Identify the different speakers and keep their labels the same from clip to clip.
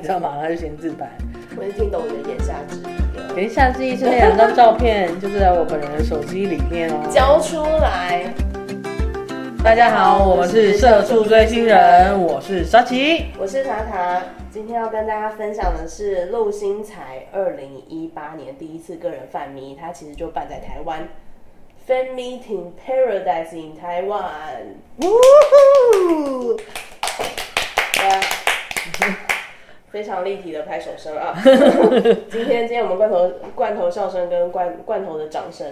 Speaker 1: 你知道吗？他就先自拍。
Speaker 2: 我是听懂你的言下之意了，
Speaker 1: 言下之意是那两张照片就是在我本人的手机里面哦。
Speaker 2: 交出来。
Speaker 1: 大家好，我们是社畜追星人，我是沙琪。
Speaker 2: 我是塔塔，今天要跟大家分享的是陆星材二零一八年第一次个人饭迷，他其实就办在台湾，Fan Meeting Paradise in Taiwan。呜呼！对啊非常立体的拍手声啊！今天今天我们罐头罐头笑声跟罐罐头的掌声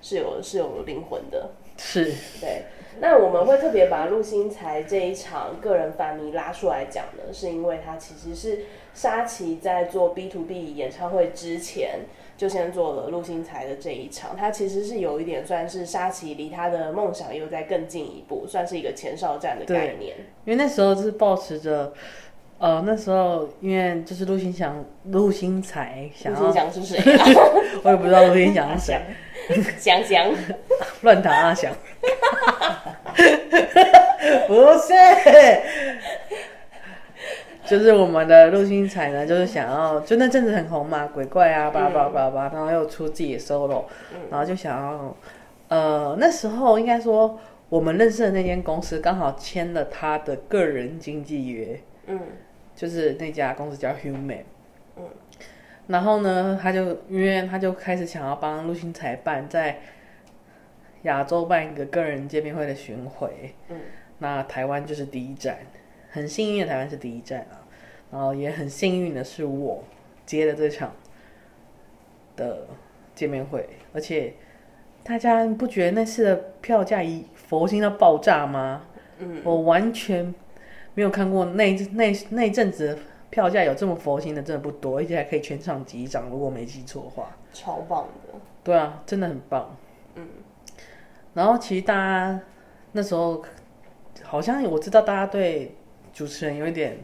Speaker 2: 是有是有灵魂的。
Speaker 1: 是，
Speaker 2: 对，那我们会特别把陆星材这一场个人翻迷拉出来讲呢，是因为他其实是沙琪在做 B to B 演唱会之前就先做了陆星材的这一场，他其实是有一点算是沙琪离他的梦想又再更进一步，算是一个前哨战的概念。
Speaker 1: 因为那时候是抱持着，呃，那时候因为就是陆星想陆星才想
Speaker 2: 陆
Speaker 1: 要
Speaker 2: 星，祥是谁 啊？
Speaker 1: 我也不知道陆星想是谁，
Speaker 2: 祥祥，
Speaker 1: 乱打阿翔。不是，就是我们的陆星材呢，就是想要，就那阵子很红嘛，鬼怪啊，叭叭叭叭，然后又出自己的 solo，然后就想要，呃，那时候应该说我们认识的那间公司刚好签了他的个人经纪约，
Speaker 2: 嗯，
Speaker 1: 就是那家公司叫 Human，然后呢，他就因为他就开始想要帮陆星材办在亚洲办一个个人见面会的巡回，
Speaker 2: 嗯，
Speaker 1: 那台湾就是第一站，很幸运的台湾是第一站啊，然后也很幸运的是我接了这场的见面会，而且大家不觉得那次的票价一佛心到爆炸吗？嗯，我完全没有看过那一那那一阵子票价有这么佛心的，真的不多，而且还可以全场击掌，如果没记错的话。
Speaker 2: 超棒的。
Speaker 1: 对啊，真的很棒。嗯，然后其实大家那时候好像我知道大家对主持人有一点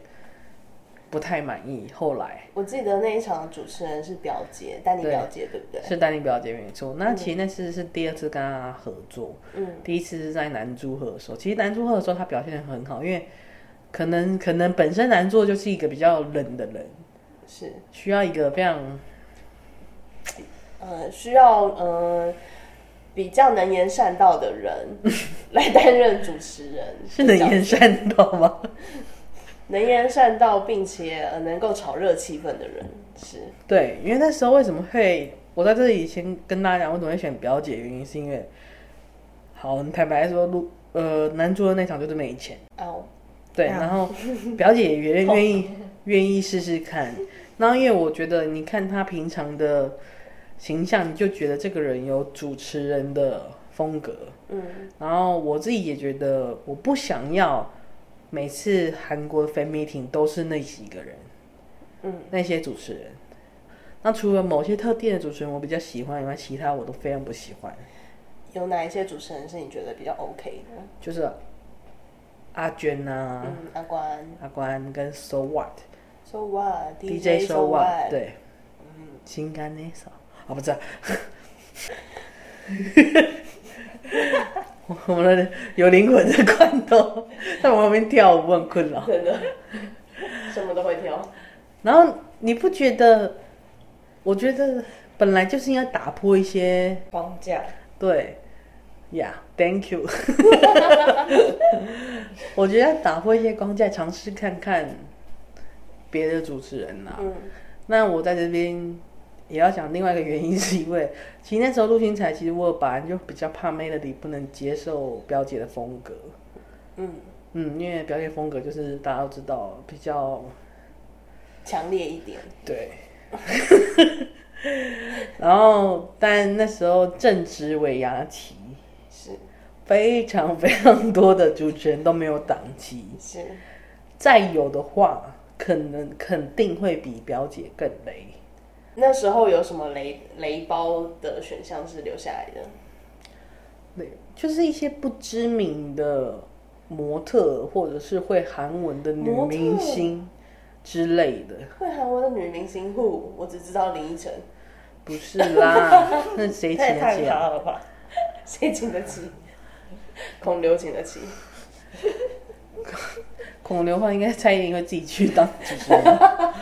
Speaker 1: 不太满意，后来
Speaker 2: 我记得那一场的主持人是表姐，丹尼表姐，对不对？
Speaker 1: 是丹妮表姐没错。那其实那次是第二次跟她合作，
Speaker 2: 嗯，
Speaker 1: 第一次是在南珠贺的时候。其实南珠贺的时候她表现的很好，因为可能可能本身南珠就是一个比较冷的人，
Speaker 2: 是。
Speaker 1: 需要一个非常
Speaker 2: 呃，需要呃比较能言善道 的人来担任主持人，
Speaker 1: 是能言善道吗？
Speaker 2: 能言善道，并且呃能够炒热气氛的人是，
Speaker 1: 对，因为那时候为什么会我在这里先跟大家讲，为什么会选表姐，原因是因为，好，坦白说，录呃男主的那场就是没钱，
Speaker 2: 哦，
Speaker 1: 对，
Speaker 2: 啊
Speaker 1: 然后表姐也 愿愿意 愿意试试看，然后因为我觉得你看她平常的形象，你就觉得这个人有主持人的风格，
Speaker 2: 嗯，
Speaker 1: 然后我自己也觉得我不想要每次韩国的 fan meeting 都是那几个人，
Speaker 2: 嗯，
Speaker 1: 那些主持人。那除了某些特定的主持人我比较喜欢以外，其他我都非常不喜欢，
Speaker 2: 有哪一些主持人是你觉得比较 OK 的？
Speaker 1: 就是阿娟呐、
Speaker 2: 嗯，阿关
Speaker 1: 阿关跟 So What
Speaker 2: ，So what？DJ
Speaker 1: DJ So What 对，嗯心肝那首啊不 是、啊。我我们的有灵魂的罐头 在我旁边跳舞，我很困扰。
Speaker 2: 真的什么都会 挑，
Speaker 1: 然后你不觉得？我觉得本来就是应该打破一些
Speaker 2: 框架，
Speaker 1: 对呀、t h a n k you 。我觉得打破一些框架，尝试看看别的主持人呐、啊
Speaker 2: 嗯
Speaker 1: 那我在这边也要讲另外一个原因，是因为 其实那时候陆星材，其实我本来就比较怕 Melody 不能接受表姐的风格，
Speaker 2: 嗯，
Speaker 1: 嗯，因为表姐风格就是大家都知道比较
Speaker 2: 强烈一点，
Speaker 1: 对。 然后，但那时候正值尾牙期，
Speaker 2: 是
Speaker 1: 非常非常多的主持人都没有档期，
Speaker 2: 是，
Speaker 1: 再有的话，可能肯定会比表姐更累。
Speaker 2: 那时候有什么雷雷包的选项是留下来的？
Speaker 1: 对，就是一些不知名的模特，或者是会韩文的女
Speaker 2: 模特
Speaker 1: 明星之类的，
Speaker 2: 会韩国的女明星 who？我只知道林依晨，
Speaker 1: 不是啦，那谁请
Speaker 2: 太
Speaker 1: 得
Speaker 2: 太
Speaker 1: 起
Speaker 2: 咖
Speaker 1: 啊？
Speaker 2: 了 吧？谁请得起？孔刘请得起？
Speaker 1: 恐龙流换应该蔡依林会自己去当主持人吧，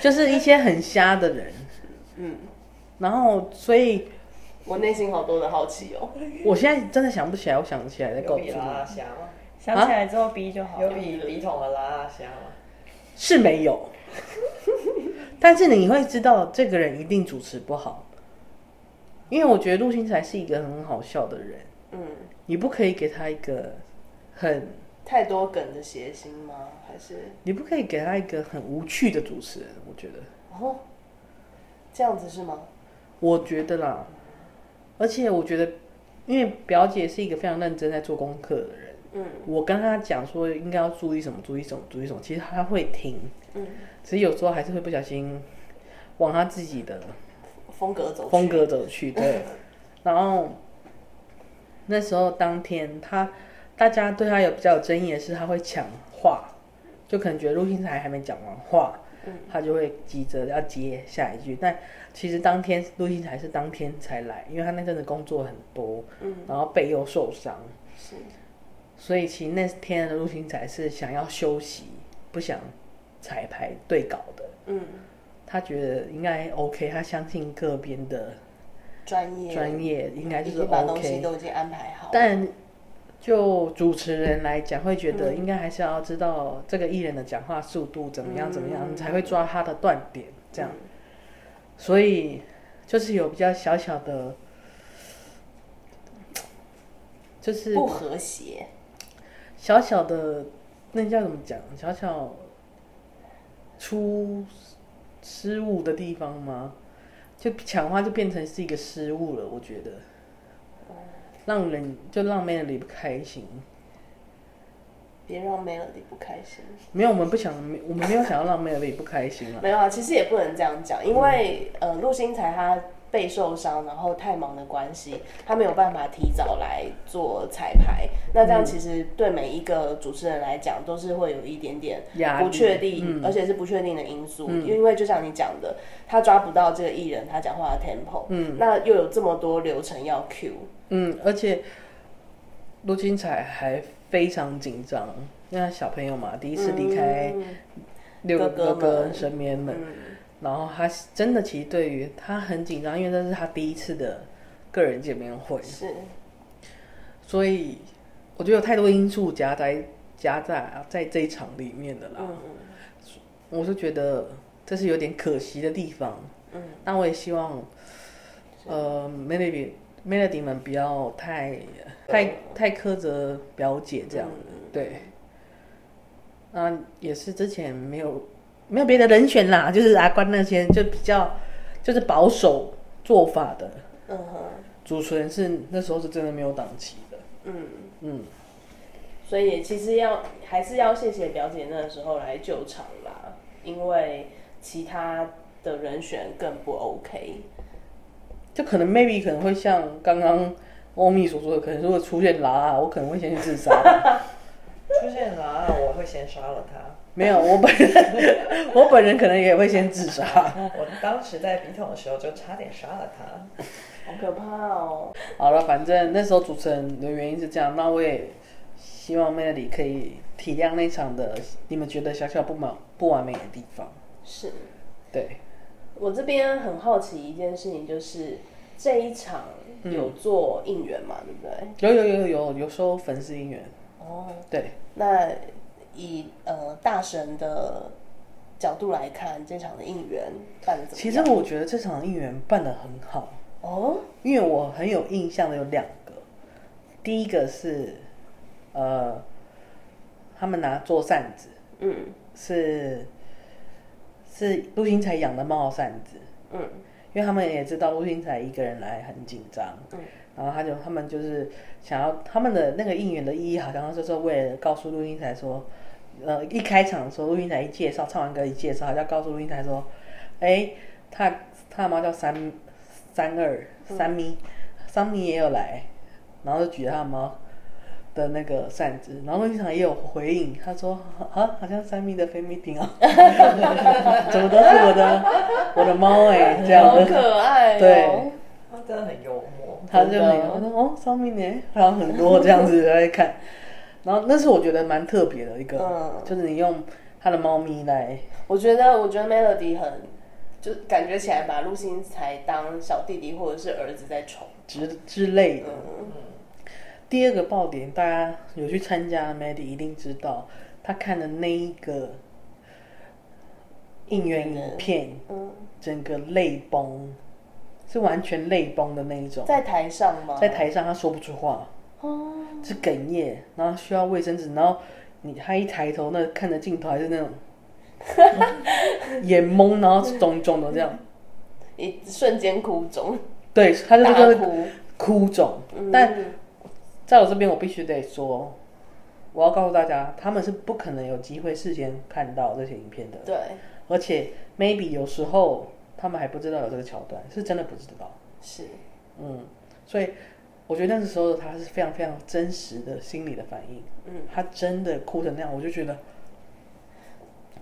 Speaker 1: 就是一些很瞎的人，
Speaker 2: 嗯，
Speaker 1: 然后所以
Speaker 2: 我内心好多的好奇哦。
Speaker 1: 我现在真的想不起来，我想起来再告
Speaker 3: 有
Speaker 1: 诉
Speaker 3: 比
Speaker 1: 你
Speaker 3: 拉，拉虾
Speaker 2: 啊
Speaker 3: 吗？
Speaker 4: 想起来之后逼就好
Speaker 3: 有
Speaker 4: 了。
Speaker 3: 比笔筒的拉拉虾吗？
Speaker 1: 是没有， 但是你会知道这个人一定主持不好，因为我觉得陆星才是一个很好笑的人，
Speaker 2: 嗯，
Speaker 1: 你不可以给他一个很，
Speaker 2: 太多梗的谐星吗？还是
Speaker 1: 你不可以给他一个很无趣的主持人，我觉得。
Speaker 2: 哦，这样子是吗？
Speaker 1: 我觉得啦，而且我觉得，因为表姐是一个非常认真在做功课的人，
Speaker 2: 嗯
Speaker 1: 我跟她讲说应该要注意什么，注意什么，注意什么，其实她会听，
Speaker 2: 嗯，
Speaker 1: 只是有时候还是会不小心往她自己的
Speaker 2: 风格走去
Speaker 1: 风格走去， 对。然后那时候当天，她大家对她有比较有争议的是，她会抢话，就可能觉得陆星才还没讲完话，
Speaker 2: 嗯
Speaker 1: 他就会急着要接下一句。但其实当天陆星才是当天才来，因为他那阵子工作很多，然后背又受伤，
Speaker 2: 嗯是
Speaker 1: 所以其实那天的陆星才是想要休息，不想彩排对稿的。
Speaker 2: 嗯
Speaker 1: 他觉得应该 OK，他相信各边的
Speaker 2: 专业
Speaker 1: 专业应该就
Speaker 2: 已
Speaker 1: 是
Speaker 2: 经把东西
Speaker 1: OK，
Speaker 2: 都已经安排好了，
Speaker 1: 但就主持人来讲，会觉
Speaker 2: 嗯
Speaker 1: 得应该还是要知道这个艺人的讲话速度怎么样怎么样，
Speaker 2: 嗯
Speaker 1: 你才会抓他的断点这样。所以就是有比较小小的，就是
Speaker 2: 不和谐，
Speaker 1: 小小的那叫怎么讲？小小出失误的地方吗？就抢话就变成是一个失误了，我觉得，让人就让 Melody 不开心。
Speaker 2: 别让 Melody 不开心。
Speaker 1: 没有，我们不想，我们没有想要让 Melody 不开 心啊。
Speaker 2: 没有啊，其实也不能这样讲，因为、
Speaker 1: 嗯
Speaker 2: 呃，陆星材他被受伤，然后太忙的关系，他没有办法提早来做彩排。那
Speaker 1: 嗯
Speaker 2: 这样其实对每一个主持人来讲，都是会有一点点
Speaker 1: 压力嗯
Speaker 2: 不确定，而且是不确定的因素。因为就像你讲的，他抓不到这个艺人他讲话的 tempo，嗯，那又有这么多流程要 cue，
Speaker 1: 嗯，而且陆金彩还非常紧张，因为他小朋友嘛，第一次离开
Speaker 2: 嗯
Speaker 1: 六个
Speaker 2: 哥
Speaker 1: 哥
Speaker 2: 哥
Speaker 1: 哥
Speaker 2: 们
Speaker 1: 身边们，
Speaker 2: 嗯
Speaker 1: 然后他真的其实对于他很紧张，因为这是他第一次的个人见面会，
Speaker 2: 是
Speaker 1: 所以我觉得有太多因素夹在夹在啊在这一场里面的啦。
Speaker 2: 嗯
Speaker 1: 我是觉得这是有点可惜的地方。
Speaker 2: 嗯，
Speaker 1: 那我也希望，呃，Melody Melody 们不要太太
Speaker 2: 呃
Speaker 1: 太苛责表姐这样
Speaker 2: 嗯嗯
Speaker 1: 对。那也是之前没有没有别的人选啦，就是阿关那些就比较就是保守做法的
Speaker 2: 嗯哼
Speaker 1: 主持人是那时候是真的没有档期的。
Speaker 2: 嗯。
Speaker 1: 嗯，
Speaker 2: 所以其实要还是要谢谢表姐那时候来救场啦，因为其他的人选更不 OK。
Speaker 1: 就可能 maybe 可能会像刚刚欧米所说的，可能如果出现拉，我可能会先去自杀。
Speaker 3: 出现了啊，我会先杀了他。
Speaker 1: 没有，我本人 我本人可能也会先自杀。
Speaker 3: 我当时在笔筒的时候就差点杀了他。
Speaker 2: 好可怕哦！
Speaker 1: 好了，反正那时候主持人的原因是这样，那我也希望 Melody 可以体谅那场的你们觉得小小不满不完美的地方。
Speaker 2: 是
Speaker 1: 对，
Speaker 2: 我这边很好奇一件事情，就是这一场有做应援嘛，对不对？
Speaker 1: 有有有有有收粉丝应援，
Speaker 2: 哦，
Speaker 1: 对，
Speaker 2: 那以呃大神的角度来看，这场的应援办的怎么
Speaker 1: 其
Speaker 2: 样？
Speaker 1: 实我觉得这场应援办得很好，
Speaker 2: 哦，
Speaker 1: 因为我很有印象的有两个，第一个是呃，他们拿做扇子，
Speaker 2: 嗯
Speaker 1: 是是陆星才养的猫扇子，
Speaker 2: 嗯
Speaker 1: 因为他们也知道陆星才一个人来很紧张，
Speaker 2: 嗯
Speaker 1: 然后他就他们就是想要他们的那个应援的意义，好像就是为了告诉陆星才说，呃，一开场的时候，陆星才一介绍，唱完歌一介绍，他就要告诉陆星才说，哎，他他的猫叫三三二三咪，三咪也有来，然后就举着他的猫。的那个扇子，然后陆星才也有回应，他说啊，好像三咪的飞咪挺啊， 怎么都是我的我的猫哎、这样
Speaker 2: 好
Speaker 1: 子。
Speaker 2: 可爱、哦，
Speaker 1: 对，
Speaker 3: 他真的很幽默。啊
Speaker 1: 他就没有，
Speaker 2: 真的
Speaker 1: 他说哦，上面呢，然后很多这样子在看，然后那是我觉得蛮特别的一个，
Speaker 2: 嗯
Speaker 1: 就是你用他的猫咪来，
Speaker 2: 我觉得，我觉得 Melody 很，就感觉起来把陆星才当小弟弟或者是儿子在宠。
Speaker 1: 之之类的。第二个爆点，大家有去参加 Maddie 一定知道，他看的那一个应援影片，
Speaker 2: 嗯，
Speaker 1: 整个泪崩，是完全泪崩的那一种。
Speaker 2: 在台上吗？
Speaker 1: 在台上他说不出话，
Speaker 2: 哦，
Speaker 1: 是哽咽，然后需要卫生纸，然后你他一抬头，那看着镜头还是那种眼蒙，然后肿肿的这样。
Speaker 2: 一瞬间哭肿，
Speaker 1: 对，他就是
Speaker 2: 大
Speaker 1: 说
Speaker 2: 哭。
Speaker 1: 哭肿，但
Speaker 2: 嗯，
Speaker 1: 在我这边，我必须得说，我要告诉大家，他们是不可能有机会事先看到这些影片的，
Speaker 2: 对，
Speaker 1: 而且 maybe 有时候他们还不知道有这个桥段，是真的不知道。
Speaker 2: 是，
Speaker 1: 嗯，所以我觉得那时候他是非常非常真实的心理的反应，
Speaker 2: 嗯，
Speaker 1: 他真的哭成那样，我就觉得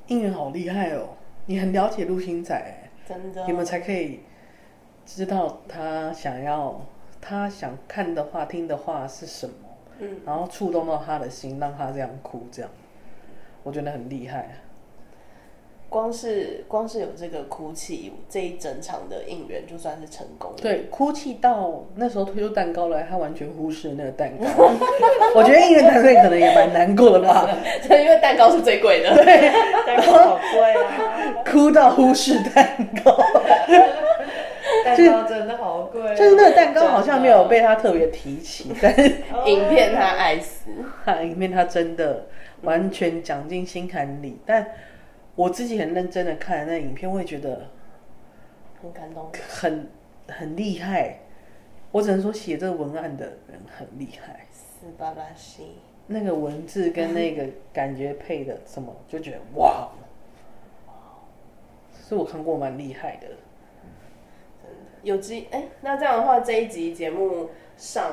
Speaker 1: 应援好厉害哦，你很了解陆星仔欸、
Speaker 2: 真的
Speaker 1: 你。们才可以知道他想要、他想看的话、听的话是什么，
Speaker 2: 嗯，
Speaker 1: 然后触动到他的心，让他这样哭，这样，我觉得很厉害。
Speaker 2: 光是光是有这个哭泣，这一整场的应援就算是成功了。
Speaker 1: 对，哭泣到那时候推出蛋糕来，他完全忽视那个蛋糕。 我觉得音乐团队可能也蛮难过的吧，
Speaker 2: 对，因为蛋糕是最贵的。
Speaker 3: 蛋糕好贵啊，
Speaker 1: 哭到忽视蛋糕，
Speaker 3: 蛋糕真的好贵哦。
Speaker 1: 就是那个蛋糕好像没有被他特别提起，但 是
Speaker 3: 哦
Speaker 2: 影片他爱死，
Speaker 1: 看里面他真的完全讲进心坎里，但我自己很认真的看了那影片，我也觉得
Speaker 2: 很感动。
Speaker 1: 很很厉害。我只能说写这个文案的人很厉害，
Speaker 2: 斯巴拉西，
Speaker 1: 那个文字跟那个感觉配的什么，就觉得哇，哦是我看过蛮厉害的。
Speaker 2: 有机哎、那这样的话，这一集节目上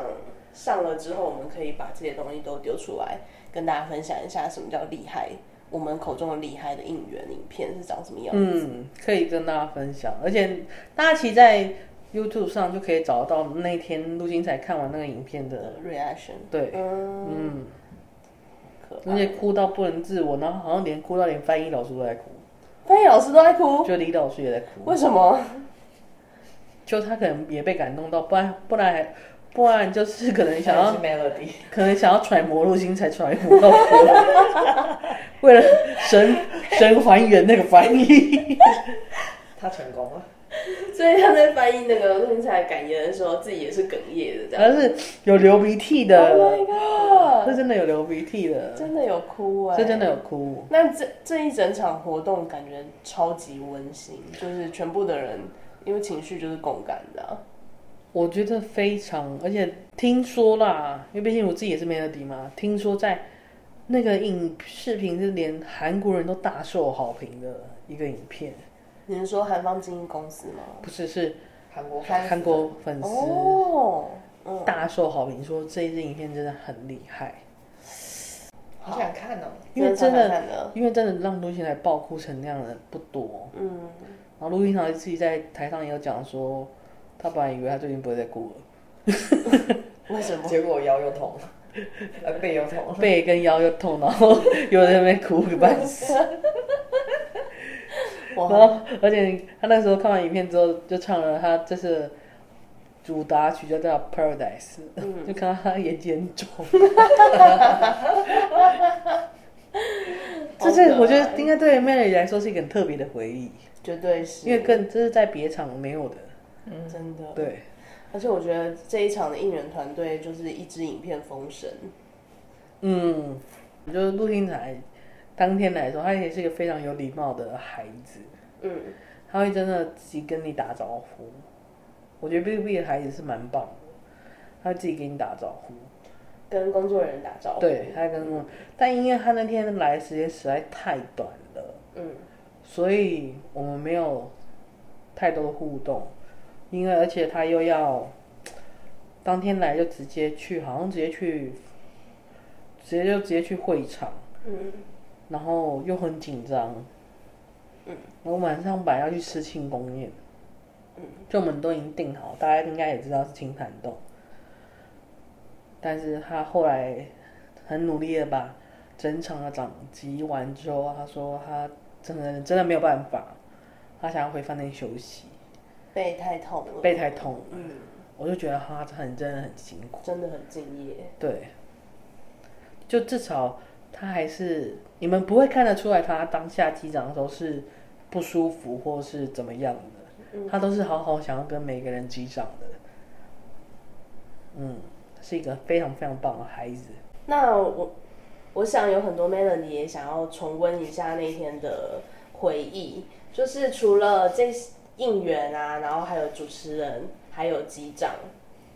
Speaker 2: 上了之后，我们可以把这些东西都丢出来，跟大家分享一下什么叫厉害，我们口中的厉害的应援影片是长什么样子。
Speaker 1: 嗯，可以跟大家分享，而且大家其实在 YouTube 上就可以找到那天陆金才看完那个影片的，
Speaker 2: 的 reaction，
Speaker 1: 对，
Speaker 2: 嗯，
Speaker 1: 嗯。
Speaker 2: 可
Speaker 1: 而且
Speaker 2: 爱。
Speaker 1: 哭到不能自我，然后好像连哭到连翻译老师都在哭，
Speaker 2: 翻译老师都在哭，
Speaker 1: 就李老师也在哭，
Speaker 2: 为什么？
Speaker 1: 就他可能也被感动到，不然不然还不然就是可能想
Speaker 3: 想要
Speaker 1: 要
Speaker 3: 是 Melody，
Speaker 1: 可能想要揣摩入心才揣摩到哭， 为了神神还原那个翻译，
Speaker 3: 他成功了。
Speaker 2: 所以他在翻译那个天才感言的时候，自己也是哽咽的这样。
Speaker 1: 而是有流鼻涕
Speaker 2: Oh
Speaker 1: 的，
Speaker 2: my god！
Speaker 1: 是真的有流鼻涕的，
Speaker 2: 真的有哭哎、
Speaker 1: 是真的有哭。
Speaker 2: 那这这一整场活动感觉超级温馨，就是全部的人因为情绪就是共感的啊、
Speaker 1: 我觉得非常，而且听说啦，因为毕竟我自己也是 Melody 嘛，听说在那个影视频是连韩国人都大受好评的一个影片，啊
Speaker 2: 你是说韩方经纪公司吗？
Speaker 1: 不是是
Speaker 3: 韩国
Speaker 2: 韩
Speaker 1: 韩国粉丝
Speaker 2: 哦，嗯，
Speaker 1: 大受好评，说这一支影片真的很厉害，
Speaker 3: 好想看哦，
Speaker 1: 因为真
Speaker 2: 超好
Speaker 1: 的
Speaker 2: 看的，
Speaker 1: 因为真的让卢鑫来爆哭成那样的不多。
Speaker 2: 嗯，
Speaker 1: 然后陆云堂自己在台上也有讲说，他本来以为他最近不会再哭了，
Speaker 2: 为什么？
Speaker 3: 结果我腰又痛了， 呃，背又痛了。
Speaker 1: 背跟腰又痛，然后 有人在那边 哭个半死。
Speaker 2: 我
Speaker 1: 然后，而且他那时候看完影片之后，就唱了他这次主打曲叫叫《Paradise》，就
Speaker 2: 嗯
Speaker 1: 看到他眼睛很肿。 这
Speaker 2: 嗯好可
Speaker 1: 是
Speaker 2: 爱
Speaker 1: 我觉得应该对 Mary 来说是一个很特别的回忆，
Speaker 2: 绝对是，嗯
Speaker 1: 因为嗯更这是在别场没有的。
Speaker 2: 真的，
Speaker 1: 对，
Speaker 2: 而且我觉得这一场的应援团队就是一支影片封神，
Speaker 1: 嗯，就是陆星材当天来说，他也是一个非常有礼貌的孩子，
Speaker 2: 嗯，
Speaker 1: 他会真的自己跟你打招呼。我觉得 B B 的孩子是蛮棒的，他会自己跟你打招呼。
Speaker 2: 跟工作人员打招呼，
Speaker 1: 对，他跟我，但因为他那天来的时间实在太短了，
Speaker 2: 嗯，
Speaker 1: 所以我们没有太多的互动，因为而且他又要当天来就直接去，好像直接去，直接就直接去会场，
Speaker 2: 嗯，
Speaker 1: 然后又很紧张，嗯，我晚上本来要去吃庆功宴，嗯，就我们都已经订好，大家应该也知道是青潭洞，但是他后来很努力的把整场的掌击完之后，他说他真的真的没有办法，他想要回饭店休息，
Speaker 2: 背太痛了，
Speaker 1: 背太痛了，
Speaker 2: 嗯，
Speaker 1: 我就觉得他很真的很辛苦。
Speaker 2: 真的很敬业，
Speaker 1: 对，就至少他还是你们不会看得出来，他当下击掌的时候是不舒服或是怎么样的，他都是好好想要跟每个人击掌的。嗯，是一个非常非常棒的孩子。
Speaker 2: 那我我想有很多 Melody 也想要重温一下那天的回忆，就是除了这些应援啊，然后还有主持人，还有机长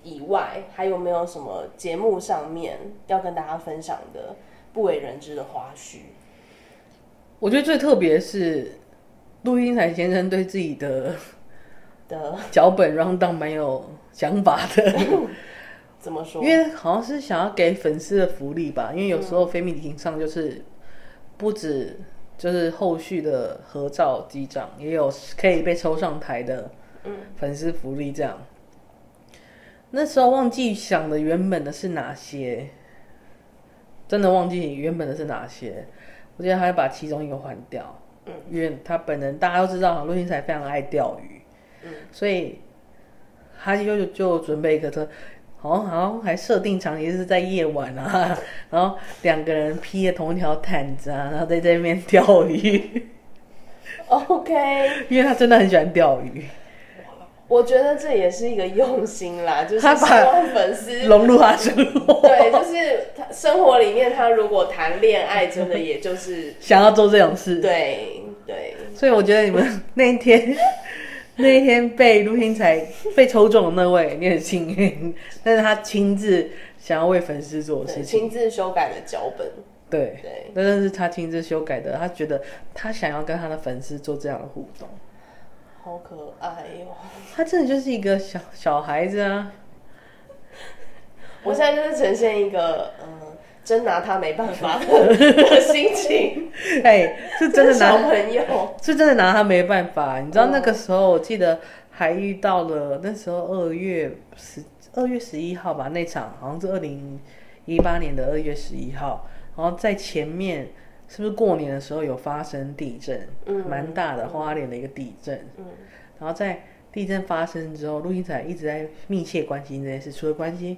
Speaker 2: 以外，还有没有什么节目上面要跟大家分享的不为人知的花絮？
Speaker 1: 我觉得最特别是陆英才先生对自己的
Speaker 2: 的
Speaker 1: 脚本 round down 蛮有想法的。
Speaker 2: 怎么说
Speaker 1: 因？为好像是想要给粉丝的福利吧，因为有时候非米庭上就是不止就是后续的合照机长，也有可以被抽上台的粉丝福利这样。那时候忘记想的原本的是哪些，真的忘记原本的是哪些。我记得还把其中一个换掉，因为他本人大家都知道，陆星才非常爱钓鱼，所以他就就准备一个特好哦像好像还设定场景是在夜晚啊， 然后两个人披着同一条毯子啊，然后在这边钓鱼，
Speaker 2: OK，
Speaker 1: 因为他真的很喜欢钓鱼，
Speaker 2: 我觉得这也是一个用心啦，就是
Speaker 1: 他把
Speaker 2: 希望粉丝
Speaker 1: 融入他生活，
Speaker 2: 对，就是他生活里面，他如果谈恋爱，真的也就是
Speaker 1: 想要做这种事。
Speaker 2: 对对，
Speaker 1: 所以我觉得你们那一天。 那一天被陆星才被抽中的那位，你很幸运， 但是他亲自想要为粉丝做的
Speaker 2: 对
Speaker 1: 事情，
Speaker 2: 亲自修改的脚本，
Speaker 1: 对，
Speaker 2: 对，
Speaker 1: 那但是他亲自修改的，他觉得他想要跟他的粉丝做这样的互动，
Speaker 2: 好可爱 哟、
Speaker 1: 他真的就是一个小小孩子啊，
Speaker 2: 我现在就是呈现一个嗯、呃真拿他没办法 的心情，
Speaker 1: 哎，是真的
Speaker 2: 小
Speaker 1: 拿，
Speaker 2: 朋 友，
Speaker 1: 是真的拿他没办法。你知道那个时候，我记得还遇到了那时候二月十二月十一号吧，那场好像是二零一八年的二月十一号，然后在前面是不是过年的时候有发生地震，
Speaker 2: 嗯
Speaker 1: 蛮大的花莲的一个地震，
Speaker 2: 嗯
Speaker 1: 然后在地震发生之后，陆英才一直在密切关心这件事，除了关心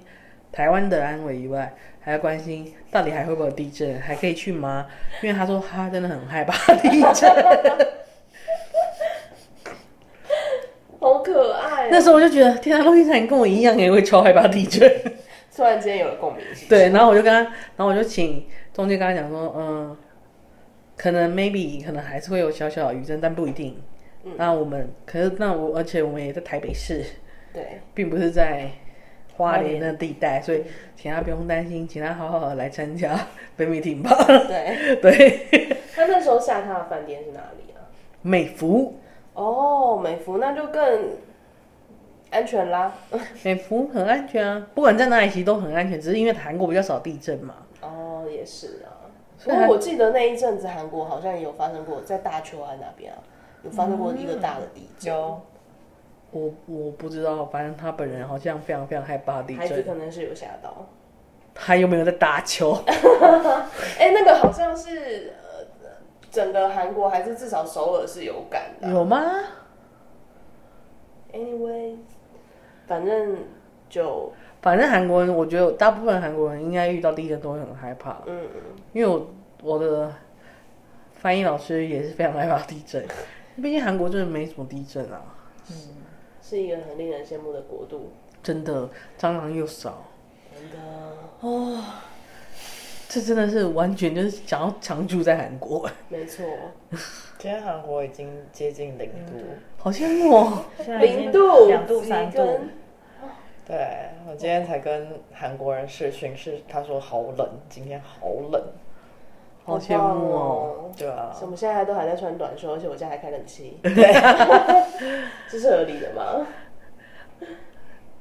Speaker 1: 台湾的安危以外，还要关心到底还会不会有地震，还可以去吗？因为他说他真的很害怕地震。
Speaker 2: 好可爱、
Speaker 1: 那时候我就觉得，天啊，陆英才你跟我一样也会超害怕地震。
Speaker 2: 突然间有了共鸣，
Speaker 1: 对，然后我就跟他，然后我就请中介跟他讲说，嗯，可能 maybe 可能还是会有小小的余震，但不一定。
Speaker 2: 嗯
Speaker 1: 那我们可是那我，而且我们也在台北市，
Speaker 2: 对，
Speaker 1: 并不是在花
Speaker 2: 花
Speaker 1: 莲
Speaker 2: 莲
Speaker 1: 的地带，所以请他不用担心，请他好好的来参加 北美艇吧。
Speaker 2: 对，
Speaker 1: 对，
Speaker 2: 他那时候下榻的饭店是哪里啊？
Speaker 1: 美孚，
Speaker 2: 哦，美孚，那就更安全啦。
Speaker 1: 美孚很安全啊，不管在哪里其实都很安全，只是因为韩国比较少地震嘛。
Speaker 2: 哦，也是啊。不
Speaker 1: 所以
Speaker 2: 过
Speaker 1: 还
Speaker 2: 我记得那一阵子韩国好像也有发生过，在大邱安那边啊，有发生过一个大的地震。
Speaker 3: 有
Speaker 1: 我我不知道，反正他本人好像非常非常害怕
Speaker 3: 嗯
Speaker 1: 地
Speaker 2: 孩子
Speaker 1: 震。
Speaker 2: 可能是有吓到。
Speaker 1: 他有没有在打球？
Speaker 2: 哎、那个好像是呃，整个韩国还是至少首尔是有感的啊、
Speaker 1: 有吗？
Speaker 2: Anyway，反正就
Speaker 1: 反正韩国人，我觉得大部分韩国人应该遇到地震都会很害怕，
Speaker 2: 嗯，
Speaker 1: 因为我我的翻译老师也是非常害怕地 震，毕竟韩国真的没什么地震啊。
Speaker 2: 是一个很令人羡慕的国度。
Speaker 1: 真的蟑螂又少，
Speaker 2: 真的，
Speaker 1: 这真的是完全就是想要常住在韩国，
Speaker 2: 没错，
Speaker 3: 今天韩国已经接近零度，
Speaker 1: 好羡慕哦！
Speaker 3: 现啊在已经
Speaker 2: 零度、
Speaker 3: 两度、三
Speaker 2: 几
Speaker 3: 度
Speaker 2: 根。
Speaker 3: 对，我今天才跟韩国人视讯，是他说好冷，今天好冷。
Speaker 1: 好羡慕哦！
Speaker 2: 好棒
Speaker 3: 对啊，
Speaker 2: 我们现在都还在穿短袖，而且我家还开冷 气， 这是合理的吗？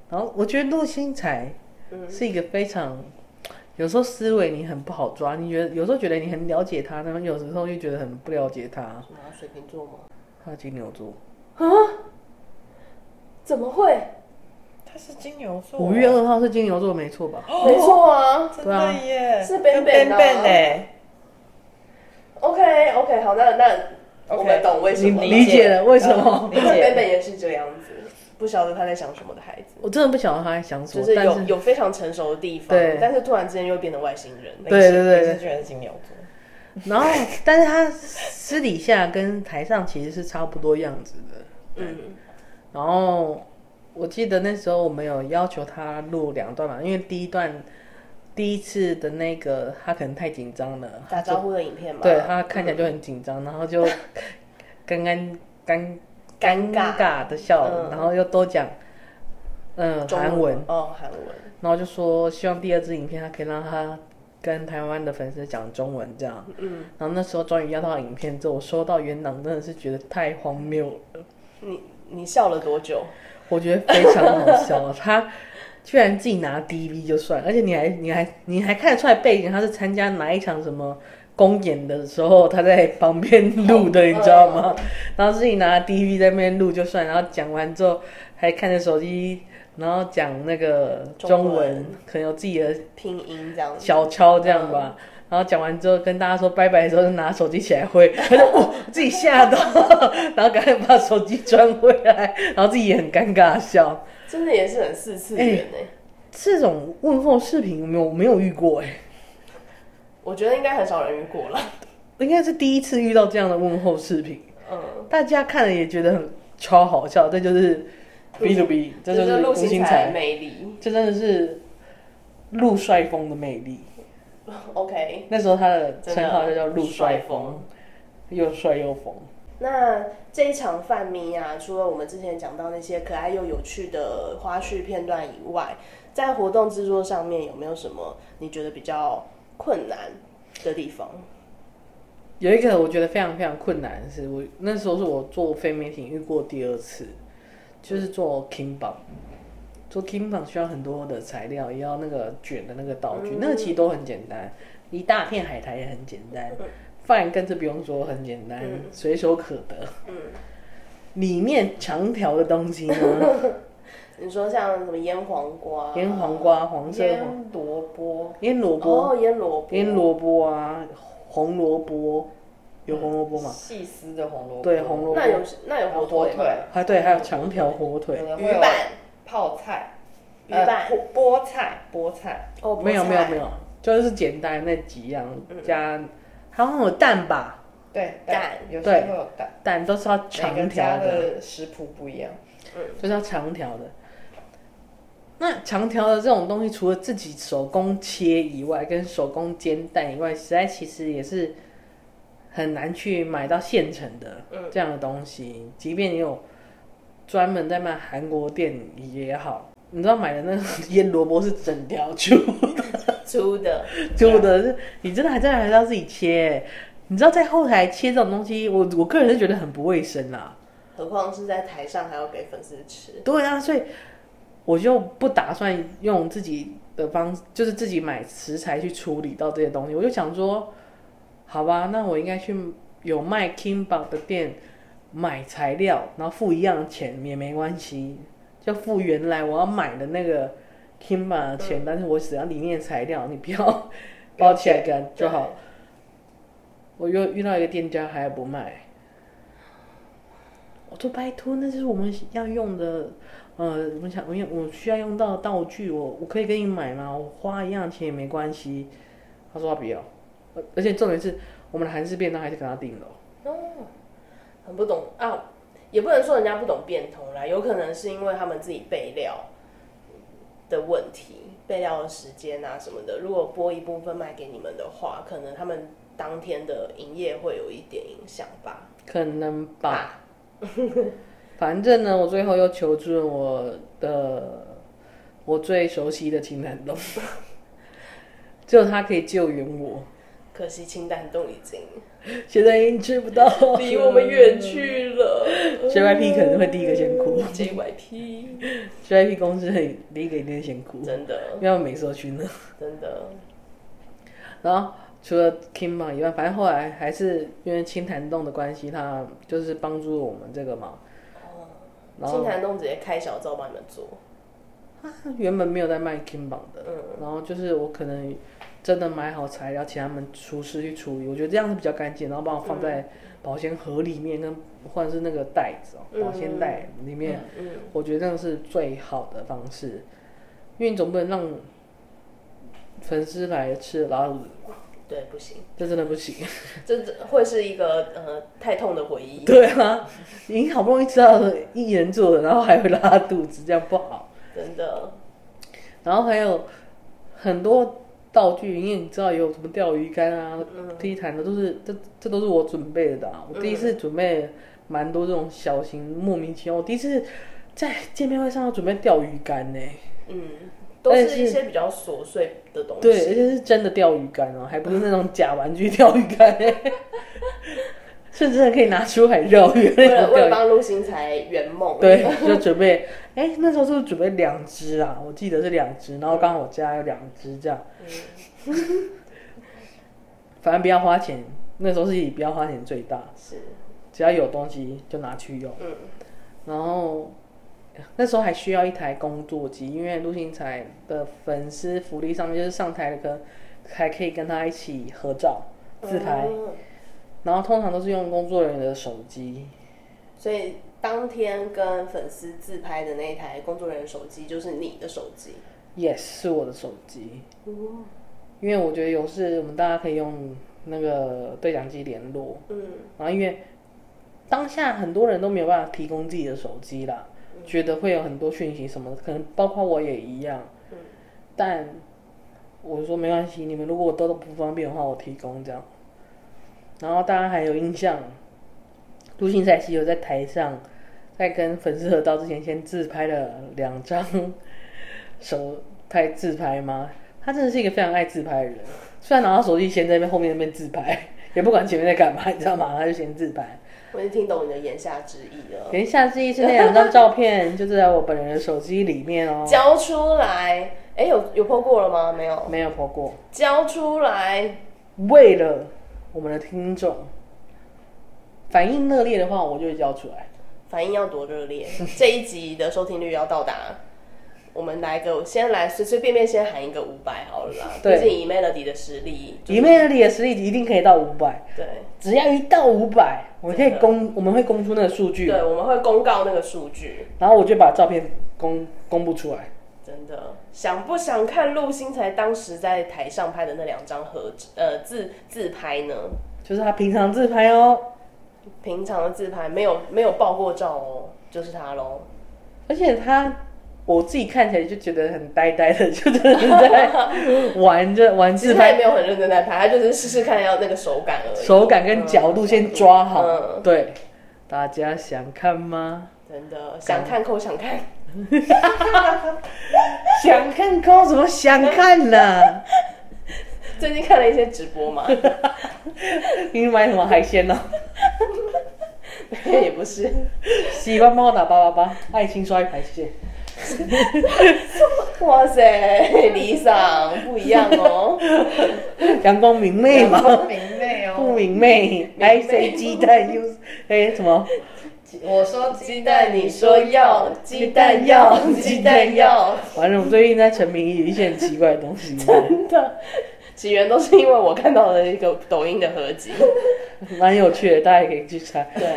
Speaker 1: 然后我觉得陆星材
Speaker 2: 嗯
Speaker 1: 是一个非常，有时候思维你很不好抓，你觉得有时候觉得你很了解他，那么有时候又觉得很不了解他。
Speaker 2: 什么水瓶座吗？
Speaker 1: 他金牛座，
Speaker 2: 怎么会？
Speaker 3: 他是金牛座，
Speaker 2: 啊
Speaker 1: 五月二号是金牛座，没错吧？
Speaker 2: 没错啊。
Speaker 3: 真
Speaker 1: 对啊
Speaker 3: 的耶，
Speaker 2: 是
Speaker 3: 跟
Speaker 2: Ben-Ben 啊
Speaker 3: Ben 哎，
Speaker 2: OK OK，好，那那我们懂为什么了
Speaker 1: 你理解了为什么
Speaker 3: 理
Speaker 2: 因为北
Speaker 3: 解
Speaker 2: 北也是这样子，不晓得他在想什么的孩子，
Speaker 1: 我真的不晓得他在想什
Speaker 2: 就
Speaker 1: 么，
Speaker 2: 是
Speaker 1: 但
Speaker 2: 有
Speaker 1: 是
Speaker 2: 有非常成熟的地方
Speaker 1: 对，
Speaker 2: 但是突然之间又变成外星人。
Speaker 1: 对对对对
Speaker 3: 林志炫是金牛座，
Speaker 1: 然后，但是他私底下跟台上其实是差不多样子的。
Speaker 2: 嗯，
Speaker 1: 然后我记得那时候我们有要求他录两段嘛，因为第一段第一次的那个他可能太紧张了，
Speaker 2: 打招呼的影片嘛，
Speaker 1: 对他看起来就很紧张，然后 就干干干
Speaker 2: 尴尬
Speaker 1: 尬的笑了，
Speaker 2: 嗯
Speaker 1: 然后又都讲嗯
Speaker 2: 中
Speaker 1: 韩文，
Speaker 2: 哦，韩文，
Speaker 1: 然后就说希望第二支影片他可以让他跟台湾的粉丝讲中文这样。
Speaker 2: 嗯，
Speaker 1: 然后那时候终于要到影片之后，我收到原档真的是觉得太荒谬了，
Speaker 2: 你你笑了多久？
Speaker 1: 我觉得非常好笑。 他居然自己拿 DV 就算了，而且你还你还你还看得出来背景他是参加哪一场什么公演的时候，他在旁边录的，你知道吗？然后自己拿 DV 在那边录就算，然后讲完之后还看着手机，然后讲那个中
Speaker 2: 中
Speaker 1: 文
Speaker 2: 文，
Speaker 1: 可能有自己的
Speaker 2: 拼音这样子，
Speaker 1: 小敲这样吧。然后讲完之后跟大家说拜拜的时候，就拿手机起来挥，他就哇自己吓到， 然后赶快把手机转回来，然后自己也很尴尬地笑。
Speaker 2: 真的也是很四次元哎、
Speaker 1: 这种问候视频我没有我没有遇过哎、
Speaker 2: 我觉得应该很少人遇过了。
Speaker 1: 应该是第一次遇到这样的问候视频，
Speaker 2: 嗯，
Speaker 1: 大家看了也觉得很超好笑。这就是 B to B，这就是
Speaker 2: 陆
Speaker 1: 陆
Speaker 2: 星
Speaker 1: 星
Speaker 2: 材的
Speaker 1: 材，
Speaker 2: 魅力。
Speaker 1: 这真的是陆帅风的魅力。
Speaker 2: OK，
Speaker 1: 那时候他的
Speaker 2: 真
Speaker 1: 称
Speaker 2: 的
Speaker 1: 号就叫陆帅
Speaker 2: 帅
Speaker 1: 风
Speaker 2: 风，
Speaker 1: 又帅又疯。
Speaker 2: 那这一场饭咪啊，除了我们之前讲到那些可爱又有趣的花絮片段以外，在活动制作上面有没有什么你觉得比较困难的地方？
Speaker 1: 有一个我觉得非常非常困难的是，我那时候是我做非媒体遇过第二次，就是做 king 榜，做 king 榜需要很多的材料，也要那个卷的那个道具，
Speaker 2: 嗯
Speaker 1: 那个其实都很简单，一大片海苔也很简单，饭更是不用说很简单
Speaker 2: 嗯，
Speaker 1: 随手可得。
Speaker 2: 嗯，
Speaker 1: 里面长条的东西 呢，
Speaker 2: 你说像什么腌黄瓜、
Speaker 1: 腌黄、瓜、黄色的黄
Speaker 3: 腌萝卜，
Speaker 1: 腌萝卜、
Speaker 2: 哦，腌萝卜、
Speaker 1: 腌萝卜啊，红萝卜，有红萝卜吗？
Speaker 3: 细丝的红萝卜，
Speaker 1: 对红萝卜
Speaker 2: 那有那有哦火
Speaker 3: 火
Speaker 2: 腿吗
Speaker 3: 腿，
Speaker 1: 啊，对，还有长条火腿
Speaker 3: 有。的会
Speaker 2: 鱼
Speaker 3: 有
Speaker 2: 板、
Speaker 3: 泡菜，
Speaker 2: 鱼板
Speaker 3: 呃菠菠菜，菠菜，
Speaker 2: 哦，
Speaker 1: 没有
Speaker 2: 菠
Speaker 1: 没有
Speaker 2: 菜
Speaker 1: 没有，就是简单那几样
Speaker 3: 嗯
Speaker 1: 加，好像有蛋吧，
Speaker 3: 对
Speaker 2: 蛋
Speaker 3: 有些
Speaker 1: 对
Speaker 3: 会有蛋，
Speaker 1: 蛋都是要
Speaker 3: 每个
Speaker 1: 长条
Speaker 3: 家
Speaker 1: 的，
Speaker 3: 的食谱不一样。
Speaker 1: 就是要长条的。那长条的这种东西，除了自己手工切以外，跟手工煎蛋以外，实在其实也是很难去买到现成的
Speaker 3: 嗯
Speaker 1: 这样的东西。即便你有专门在卖韩国店也好，你知道买的那个 腌萝卜是整条出
Speaker 2: 粗的，
Speaker 1: 就的是，你真的还真的还是要自己切、欸你知道在后台切这种东西，我我个人是觉得很不卫生啦。
Speaker 2: 何况是在台上还要给粉丝吃。
Speaker 1: 对啊，所以我就不打算用自己的方，就是自己买食材去处理到这些东西。我就想说，好吧，那我应该去有卖 Kimball 的店买材料，然后付一样的钱也没关系，就付原来我要买的那个 Kimball 的钱，但是我只要里面的材料，你不要包起来干就好。我又遇到一个店家还不卖，我说拜托，那就是我们要用的，呃，我想我用我需要用到的道具，我我可以给你买吗？我花一样钱也没关系。他说他不要，而而且重点是我们的韩式便当还是跟他订的哦、
Speaker 2: 哦，很不懂啊，也不能说人家不懂变通啦，有可能是因为他们自己备料的问题，备料的时间啊什么的。如果拨一部分卖给你们的话，可能他们当天的营业会有一点影响吧。
Speaker 1: 可能吧。 反正呢，我最后又求助了我的我最熟悉的秦南东，只有他可以救援我。
Speaker 2: 可惜清淡洞已 经
Speaker 1: 现在已经吃不到，
Speaker 2: 离我们远去了。
Speaker 1: JYP 可能会第一个先哭
Speaker 2: JYP，
Speaker 1: JYP 公司很第一个一定先哭，
Speaker 2: 真的
Speaker 1: 因为他们每次都去那。
Speaker 2: 真的，
Speaker 1: 然后除了 Kim 嘛以外，反正后来还是因为青潭洞的关系，他就是帮助我们这个嘛。然
Speaker 2: 清
Speaker 1: 后
Speaker 2: 潭洞直接开小灶帮你们做。
Speaker 1: 他原本没有在卖 Kimbang 的，
Speaker 2: 嗯
Speaker 1: 然后就是我可能真的买好材料，请他们厨师去处理，我觉得这样是比较干净，然后把我放在保鲜盒里面，跟或者是那个袋子哦，保鲜袋里面，
Speaker 2: 嗯，
Speaker 1: 我觉得这样是最好的方式，因为你总不能让粉丝来吃拉肚子吧，
Speaker 2: 对，不行，
Speaker 1: 这真的不行。
Speaker 2: 这这会是一个呃太痛的回 忆。
Speaker 1: 对啊，你好不容易知道是艺人做的，然后还会拉肚子，这样不好。
Speaker 2: 真的，
Speaker 1: 然后还有很多道具，因为你知道有什么钓鱼竿啊、
Speaker 2: 嗯
Speaker 1: 踢弹的，都是这这都是我准备的啊。我第一次准备蛮多这种小型莫名其妙，我第一次在见面会上要准备钓鱼竿呢、
Speaker 2: 嗯，都
Speaker 1: 但
Speaker 2: 是一些比较琐碎的东西。
Speaker 1: 对，而且是真的钓鱼竿哦、还不是那种假玩具钓鱼竿、 欸，甚至还可以拿出海钓鱼
Speaker 2: 为
Speaker 1: 那
Speaker 2: 了
Speaker 1: 种钓
Speaker 2: 为了
Speaker 1: 鱼。
Speaker 2: 帮陆星才圆梦，啊
Speaker 1: 对，就准备，哎、那时候是不是准备两只啊？我记得是两只，然后刚好我家有两只这样，
Speaker 2: 嗯
Speaker 1: 反正不要花钱，那时候是以不要花钱最大，
Speaker 2: 是，
Speaker 1: 只要有东西就拿去用。
Speaker 2: 嗯
Speaker 1: 然后那时候还需要一台工作机，因为陆星才的粉丝福利上面就是上台的跟还可以跟他一起合照自拍，
Speaker 2: 嗯
Speaker 1: 然后通常都是用工作人员的手机，
Speaker 2: 所以当天跟粉丝自拍的那一台工作人员手机就是你的手机。
Speaker 1: 也是我的手机，
Speaker 2: 哦，
Speaker 1: 因为我觉得有事我们大家可以用那个对讲机联络，
Speaker 2: 嗯，
Speaker 1: 然后因为当下很多人都没有办法提供自己的手机啦，觉得会有很多讯息什么的，可能包括我也一样。但我就说没关系，你们如果都不方便的话，我提供这样。然后大家还有印象，陆星赛其实有在台上，在跟粉丝合照之前，先自拍了两张 手拍自拍吗？他真的是一个非常爱自拍的人，虽然拿到手机先在那边后面那边自拍， 也不管前面在干嘛， 你知道吗？他就先自拍。
Speaker 2: 我已经听懂你的言下之意了，
Speaker 1: 言下之意是那两张照片就是在我本人的手机里面哦，
Speaker 2: 交出来。哎，有有破过了吗？没有，
Speaker 1: 没有破过。
Speaker 2: 交出来。
Speaker 1: 为了我们的听众反应热烈的话，我就会交出来。
Speaker 2: 反应要多热 烈，这一集的收听率要到达。我们来个，先来随随便便先喊一个五百好了啦，毕
Speaker 1: 对
Speaker 2: 竟以 Melody 的实力，就是
Speaker 1: 里面的里的实力一定可以到五百，
Speaker 2: 对
Speaker 1: 只要一到五百，我们可以
Speaker 2: 真的
Speaker 1: 公，我们会公出那个数据，
Speaker 2: 对，我们会公告那个数据，
Speaker 1: 然后我就把照片公公布出来。
Speaker 2: 真的想不想看陆星才当时在台上拍的那两张合呃自自拍呢？
Speaker 1: 就是他平常自拍哦，
Speaker 2: 平常的自拍没有没有爆过照哦，就是他喽。
Speaker 1: 而且他我自己看起来就觉得很呆呆的， 就真的是在玩着玩
Speaker 2: 其实
Speaker 1: 自
Speaker 2: 他也
Speaker 1: 拍，
Speaker 2: 没有很认真在拍，他就是试试看要那个手感而已。
Speaker 1: 手感跟角度先抓好。
Speaker 2: 嗯
Speaker 1: 对，大家想看吗？
Speaker 2: 真的想看扣想看，
Speaker 1: 想看抠什么想看呢、
Speaker 2: 最近看了一些直 播嘛，
Speaker 1: 你买什么海鲜呢、
Speaker 2: 也不是。
Speaker 1: 喜欢帮我打八八八，爱心刷一排，谢谢。
Speaker 2: 哇塞，理想不一样 哦。
Speaker 1: 阳光明媚嘛，
Speaker 3: 很明媚
Speaker 1: 不
Speaker 3: 哦。
Speaker 1: 明媚。I C 鸡蛋 U，哎什么？
Speaker 3: 我说鸡
Speaker 2: 鸡
Speaker 3: 蛋，
Speaker 2: 蛋
Speaker 3: 你
Speaker 2: 你
Speaker 3: 说
Speaker 2: 说
Speaker 3: 要
Speaker 2: 要，
Speaker 3: 鸡
Speaker 2: 鸡
Speaker 3: 蛋
Speaker 2: 蛋
Speaker 3: 要
Speaker 2: 要，
Speaker 3: 鸡
Speaker 2: 鸡
Speaker 3: 蛋
Speaker 2: 蛋
Speaker 3: 要
Speaker 2: 要。
Speaker 1: 完了，我最近在沉迷于一些很奇怪的东西，
Speaker 2: 真的，起源都是因为我看到了一个抖音的合集。
Speaker 1: 蛮有趣的，大家也可以去猜。
Speaker 2: 对，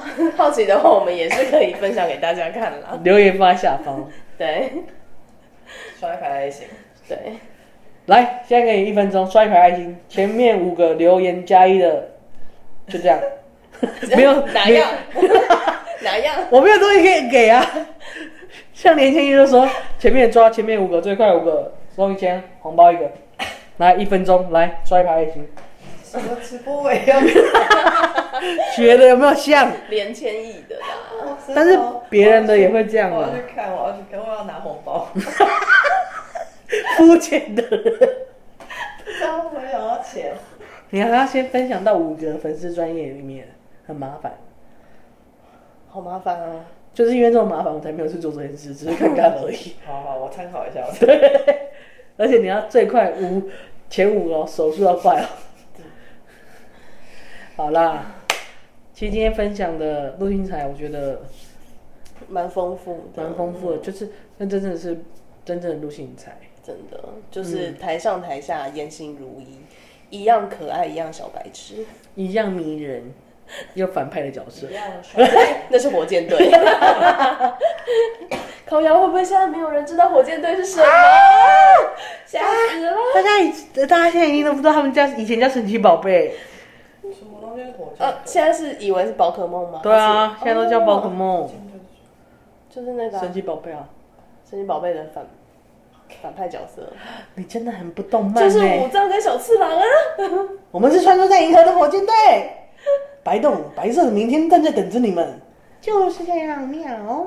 Speaker 2: 好奇的话，我们也是可以分享给大家看啦。
Speaker 1: 留言放在下方。
Speaker 2: 对
Speaker 3: 刷一排爱心，
Speaker 2: 对，
Speaker 1: 来，现在给你一分钟刷一排爱心，前面五个留言加一的，就这样。没有
Speaker 2: 哪
Speaker 1: 没有
Speaker 2: 样 哪样，
Speaker 1: 我没有东西可以给啊。像连千一就说，前面抓前面五个，最快五个，送一千，红包一个。来，一分钟，来刷一排爱心，
Speaker 3: 什么直播我也要。
Speaker 1: 觉得有没有像？
Speaker 2: 连千亿的啦。
Speaker 1: 但是别人的也会这样
Speaker 3: 我
Speaker 1: 啊
Speaker 3: 要去看，我要去看，我要拿红包。
Speaker 1: 肤浅的人，
Speaker 3: 然后我想要钱，
Speaker 1: 你还要先分享到五个粉丝专业里面，很麻烦。
Speaker 2: 好麻烦啊！
Speaker 1: 就是因为这种麻烦，我才没有去做这件事，只是看看而已。
Speaker 3: 好好，我参考一下。我
Speaker 1: 而且你要最快五前五哦，手速要快哦。好啦，其实今天分享的陆星材，我觉得
Speaker 2: 蛮丰富的，
Speaker 1: 蛮丰富的，就是那真的是真正的陆信才，
Speaker 2: 真的就是台上台下言行如一，一样可爱，一样小白痴。
Speaker 1: 一样迷人又反派的角色
Speaker 4: 一。样帅。
Speaker 2: 那是火箭 队。烤羊会不会现在没有人知道火箭队是什么？吓死了！
Speaker 1: 大家已大家现在已经都不知道他们叫以前叫神奇宝贝，
Speaker 4: 什么东西是火箭
Speaker 2: 呃，现在是以为是宝可梦吗？
Speaker 1: 对啊，
Speaker 2: 还
Speaker 1: 现
Speaker 2: 是哦
Speaker 1: 在都叫宝可，梦、
Speaker 2: 就是那个啊
Speaker 1: 神奇宝贝啊。
Speaker 2: 神奇宝贝的反反派角色，
Speaker 1: 你真的很不动漫、欸，
Speaker 2: 就是武藏跟小次郎啊。
Speaker 1: 我们是穿梭在银河的火箭队，白洞，白色的明天正在等着你们。就是这样，喵。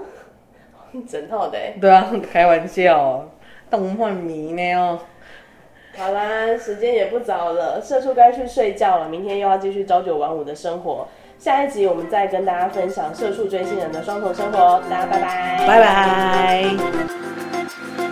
Speaker 2: 整套的欸。
Speaker 1: 对啊，开玩笑，动漫迷呢哦。
Speaker 2: 好啦，时间也不早了，社畜该去睡觉了，明天又要继续朝九晚五的生活。下一集我们再跟大家分享社畜追星人的双重生活哦，大家拜
Speaker 1: 拜
Speaker 2: 拜，
Speaker 1: 拜。